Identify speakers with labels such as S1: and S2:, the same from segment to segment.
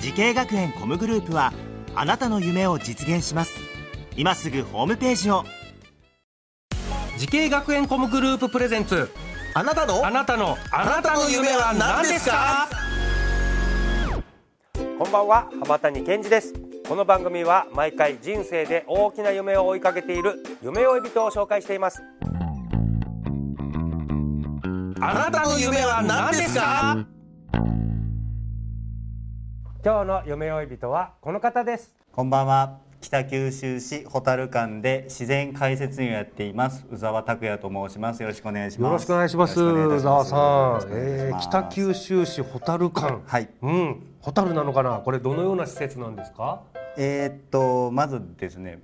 S1: 時系学園コムグループはあなたの夢を実現します今すぐホームページを
S2: 時系学園コムグループプレゼンツ
S3: あなたの
S2: あなたのあなたの夢は何ですか
S4: こんばんは浜谷健二ですこの番組は毎回人生で大きな夢を追いかけている夢追い人を紹介しています
S2: あなたの夢は何ですか
S4: 今日の夢追い人はこの方です
S5: こんばんは。北九州市ホタル館で自然解説員をやっています。宇沢拓也と申します。よろしくお願いしま
S6: よ
S5: す。
S6: ろしくお願いします。宇沢さん、えー、北
S5: 州。
S6: 九州市ホタル館。
S5: はい。
S6: うん、ホタルなのかな。これどのような施設なんですか。
S5: えーっと、まずですね。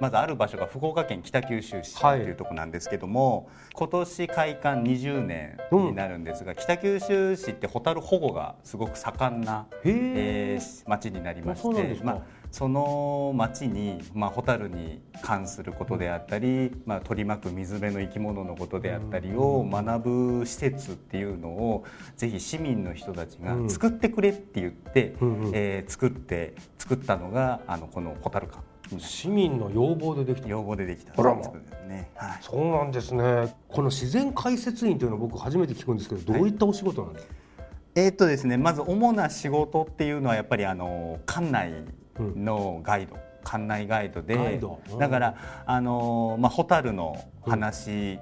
S5: まずある場所が福岡県北九州市と
S6: はい
S5: いうところなんですけども、今年開館20年になるんですが、北九州市ってホタル保護がすごく盛んな、
S6: へー
S5: えー町になりま
S6: あそうなん
S5: し
S6: で
S5: て
S6: す、か
S5: まあ、その町に、まあ、ホタルに関することであったり、まあ、取り巻く水辺の生き物のことであったりを学ぶ施設っていうのをぜひ市民の人たちが作ってくれって言って、
S6: んうん
S5: えー作って作ったのがあのこのホタル館になります
S6: 市民の要望でできた。
S5: 用語でできた
S6: あらま
S5: そうですね、はい、
S6: そうなんですね。この自然解説員というのは僕初めて聞くんですけど、どういったお仕事なんですか。
S5: えーっとですねまず主な仕事っていうのはやっぱりあの館内のガイド、館内ガイドで
S6: ガイドうん
S5: だからあのまあホタルの話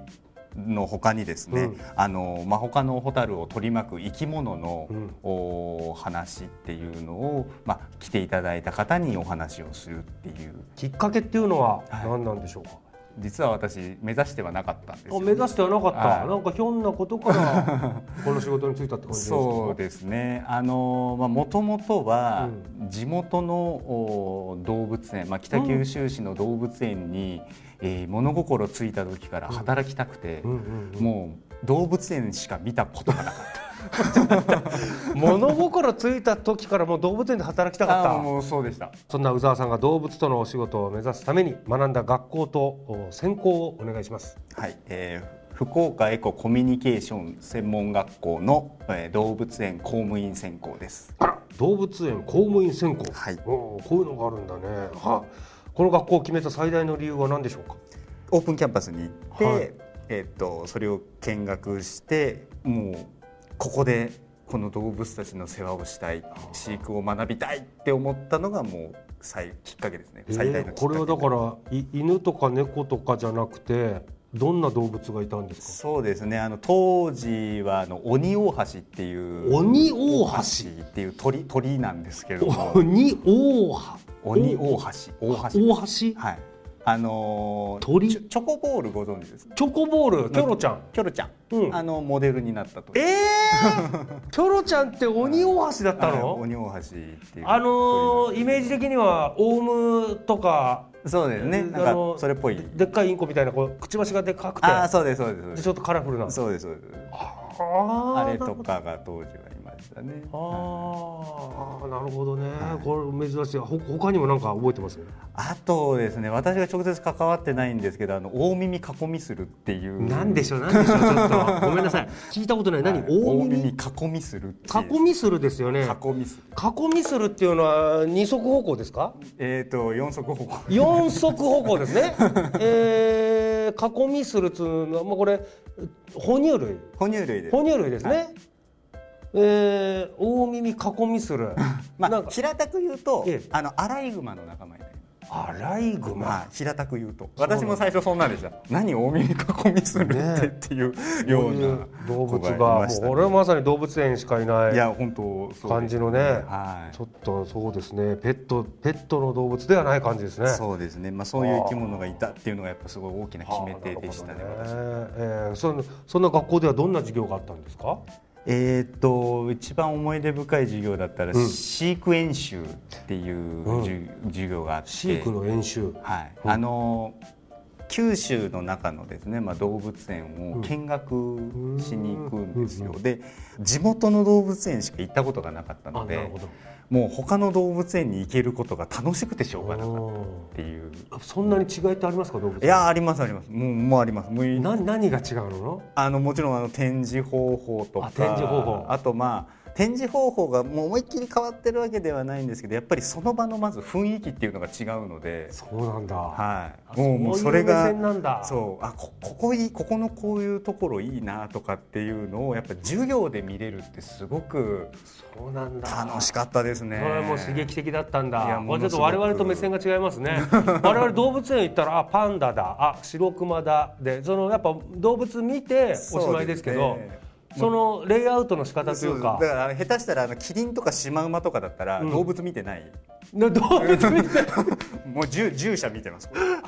S5: の他にですね、
S6: うん
S5: あのまあ他のホタルを取り巻く生き物の、
S6: うん
S5: お話っていうのをまあ来ていただいた方にお話をするっていう
S6: きっかけっていうのは
S5: はい
S6: 何なんでしょうか。
S5: 実は私目指してはなかったんですよ
S6: あ目指してはなかった。
S5: はい
S6: なんかひょんなことから この仕事に就いたって感じですか。
S5: そうですね。あのまあ元々は
S6: う
S5: 地元の、お動物園、まあ北九州市の動物園に、えー物心ついた時から働きたくて、
S6: うんうんうん
S5: もう動物園しか見たことがなかっ。
S6: 物心ついた時からもう動物園で働きた かったた。
S5: うそうでした。
S6: そんな宇沢さんが動物とのお仕事を目指すために学んだ学校とお専攻をお願いします。
S5: はい、えー福岡エココミュニケーション専門学校の、えー動物園公務員専攻です。
S6: あら動物園公務員専攻、
S5: はい
S6: おーこういうのがあるんだねはこの学校を決めた最大の理由は何でしょうか
S5: オープンキャンパスに行って、
S6: はい
S5: えっとそれを見学してもうここでこの動物たちの世話をしたい飼育を学びたいって思ったのがもう最きっかけですね最大のきっか
S6: えー
S5: け、
S6: これはだからい犬とか猫とかじゃなくてどんな動物がいたんですか
S5: そうですねあの当時はあの鬼大橋っていう
S6: 鬼大
S5: 大橋っていう鳥鳥なんですけれども
S6: 鬼大橋
S5: 鬼大橋
S6: 大橋
S5: 大橋
S6: 大橋
S5: はいあのー
S6: 鳥
S5: チョチョコボールご存知ですか
S6: チョコボールキョロちゃん
S5: キョロちゃん、
S6: うん
S5: あのモデルになったと
S6: えー、 キョロちゃんって鬼大橋だった
S5: はい
S6: の
S5: 鬼大橋っていう
S6: あのーイメージ的にはオウムとか
S5: そうですね。なん
S6: あの
S5: かそれっぽい。
S6: でっかいインコみたいなこうくちばしがでかくて
S5: ああそうですそうですそうで
S6: でちょ
S5: す。
S6: っとカラフルな
S5: そうですそうです。
S6: あ
S5: あ
S6: ー
S5: れとかが当時はいましたね。
S6: あ
S5: はい
S6: ーあーなるほどね、これ珍しいほ他にも何か覚えてます
S5: あとですね、私が直接関わってないんですけど、あの大耳囲みするっていう。
S6: 何でしょう何でしょうちょっ とごめんなさい聞いたことない
S5: はい
S6: 何、
S5: 大
S6: 大
S5: 耳
S6: 耳
S5: 囲みするっていう。
S6: 囲みするですよね
S5: 囲みする。
S6: 囲みするっていうのは二足歩行です か
S5: えっと四足歩行。
S6: 四足歩行です ねえー、囲みするっつうのは、まあ、これ哺乳類
S5: 哺乳類です
S6: 哺。乳類ですね、えー、大耳囲みする
S5: ま
S6: なん
S5: あ
S6: か
S5: 平たく言うと
S6: ええ、
S5: あのアライグマの仲間になります。
S6: アライグマ
S5: まあ平たく言うと私も最初そんなんでした何大耳囲みするって、
S6: ねえ
S5: っていうよ
S6: こ
S5: う
S6: ういう
S5: な
S6: 動物
S5: 子
S6: が
S5: い
S6: もう
S5: ましたね
S6: 俺はまさに動物園しかいない
S5: いや本当そう
S6: 感じのね、
S5: はい
S6: ちょっとそうですねペットペットの動物ではない感じですね。
S5: そうですねまあそういう生き物がいたっていうのがやっぱすごい大きな決め手でしたね
S6: え
S5: 私
S6: ーえーそのそんな学校ではどんな授業があったんですか？
S5: えーっと一番思い出深い授業だったら、飼育演習っていうじゅ、授業があって
S6: 飼育の演習
S5: はい、あの九州の中のですね、まあ、動物園を見学しに行くんですよ、で地元の動物園しか行ったことがなかった
S6: あな
S5: の
S6: る
S5: で
S6: ほど
S5: もう他の動物園に行けることが楽しくてしょうがなかったっ
S6: あ
S5: ていう
S6: ーそんなに違いってありますか動物
S5: いやーありますありますもうもうありますもうい
S6: な何が違うの
S5: あのもちろんあの展示方法とか
S6: あ展示方法
S5: あとまあ展示方法がもう思いっきり変わってるわけではないんですけどやっぱりその場のまず雰囲気っていうのが違うので
S6: そうなんだ、
S5: は
S6: あ
S5: い、もうもうそれ
S6: そう
S5: が
S6: いう目線なんだ
S5: そうあこここいいここのこういうところいいなとかっていうのをやっぱ授業で見れるってすごく
S6: そうなんだ
S5: 楽しかったです
S6: そ
S5: ね。
S6: れはもう刺激的だったん
S5: い
S6: だ
S5: や
S6: こ
S5: も
S6: れち
S5: の
S6: ょっ
S5: す
S6: と
S5: ご
S6: 我
S5: く
S6: 々と目線が違います ね我々動物園行ったらあパンダだあ白クマだでそのやっぱ動物見ておしまいですけど
S5: そうですね
S6: そのレイアウトの仕方とい
S5: そううだ
S6: か
S5: からあの下手したらあのキリンとかシマウマとかだったら
S6: ん
S5: 動物見てない、
S6: な動物見 て
S5: もう獣獣舎見てます あ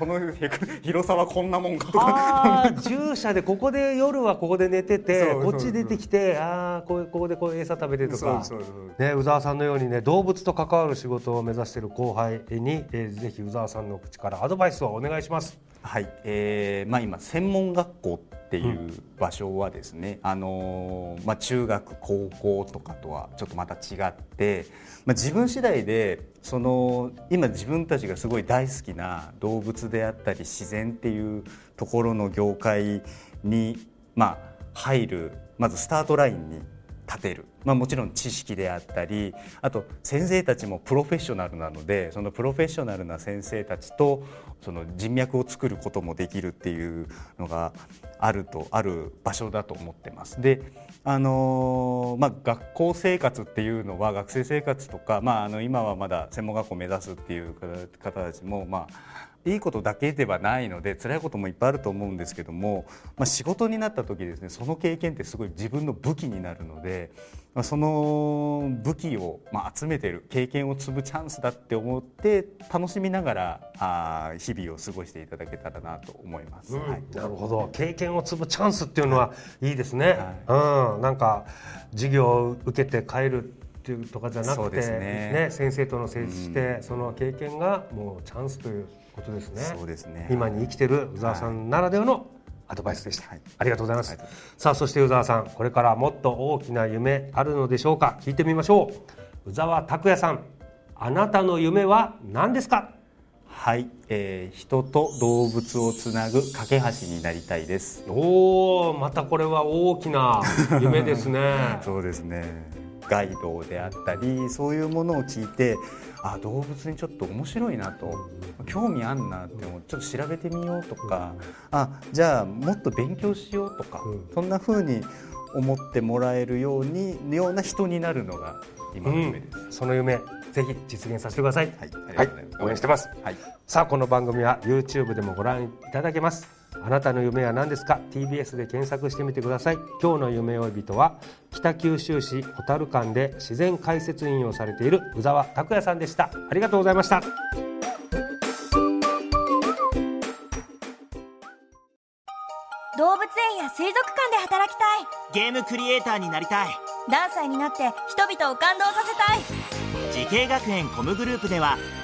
S5: ここのへく 広さはこんなもんかとか
S6: ああ獣舎でここで夜はここで寝てて
S5: そう
S6: こっち出てきてああこうここでこう餌食べてとか
S5: そうそうそう
S6: ね、宇沢さんのようにね動物と関わる仕事を目指している後輩に、えーぜひ宇沢さんの口からアドバイスをお願いします。
S5: はい、えーまあ、今専門学校っていう場所はですね、あのーまあ、中学高校とかとはちょっとまた違って、まあ、自分次第でその今自分たちがすごい大好きな動物であったり自然っていうところの業界に、まあ、入るまずスタートラインに立てる、まあ、もちろん知識であったりあと先生たちもプロフェッショナルなのでそのプロフェッショナルな先生たちとその人脈を作ることもできるっていうのがあるとある場所だと思ってます。であのーまあ、学校生活っていうのは学生生活とか、まあ、あの今はまだ専門学校を目指すっていう方たちも、まあ、いいことだけではないので辛いこともいっぱいあると思うんですけども、まあ、仕事になった時ですねその経験ってすごい自分の武器になるので、まあ、その武器を、まあ、集めてる経験を積むチャンスだって思って楽しみながらあー日々を過ごしていただけたらなと思います。はい
S6: なるほど経験を積むチャンスっていうのはいいですね、うん、なんか授業を受けて帰るっていうとかじゃな
S5: そ
S6: く
S5: う
S6: て、
S5: です
S6: ね
S5: ね
S6: 先生との接して、その経験がもうチャンスということですね
S5: そうですね
S6: 今に生きてる宇沢さんならではのアドバイスでした、
S5: はい
S6: ありがとうございます、
S5: ありがとう
S6: さあそして宇沢さんこれからもっと大きな夢あるのでしょうか聞いてみましょう宇沢拓也さんあなたの夢は何ですか
S5: はい、えー人と動物をつなぐ架け橋になりたいです。
S6: おおまたこれは大き な夢ですね
S5: そうですねガイドであったりそういうものを聞いてあ動物にちょっと面白いなと興味あんなって思うちょっと調べてみようとかあじゃあもっと勉強しようとか
S6: うん
S5: そんな風に思ってもらえるようにような人になるのが今の夢です。
S6: その夢ぜひ実現させてください
S5: はいあり
S6: は
S5: が
S6: い
S5: とうございます
S6: 応援してます
S5: はい
S6: さあこの番組は YouTube でもご覧いただけますあなたの夢は何ですか TBS で検索してみてください今日の夢追い人は北九州市小樽間で自然解説員をされている宇沢拓也さんでしたありがとうございました
S7: 動物園や水族館で働きたい
S1: ゲームクリエイターになりたい
S7: 何歳になって人々を感動させたい
S1: 時系学園コムグループでは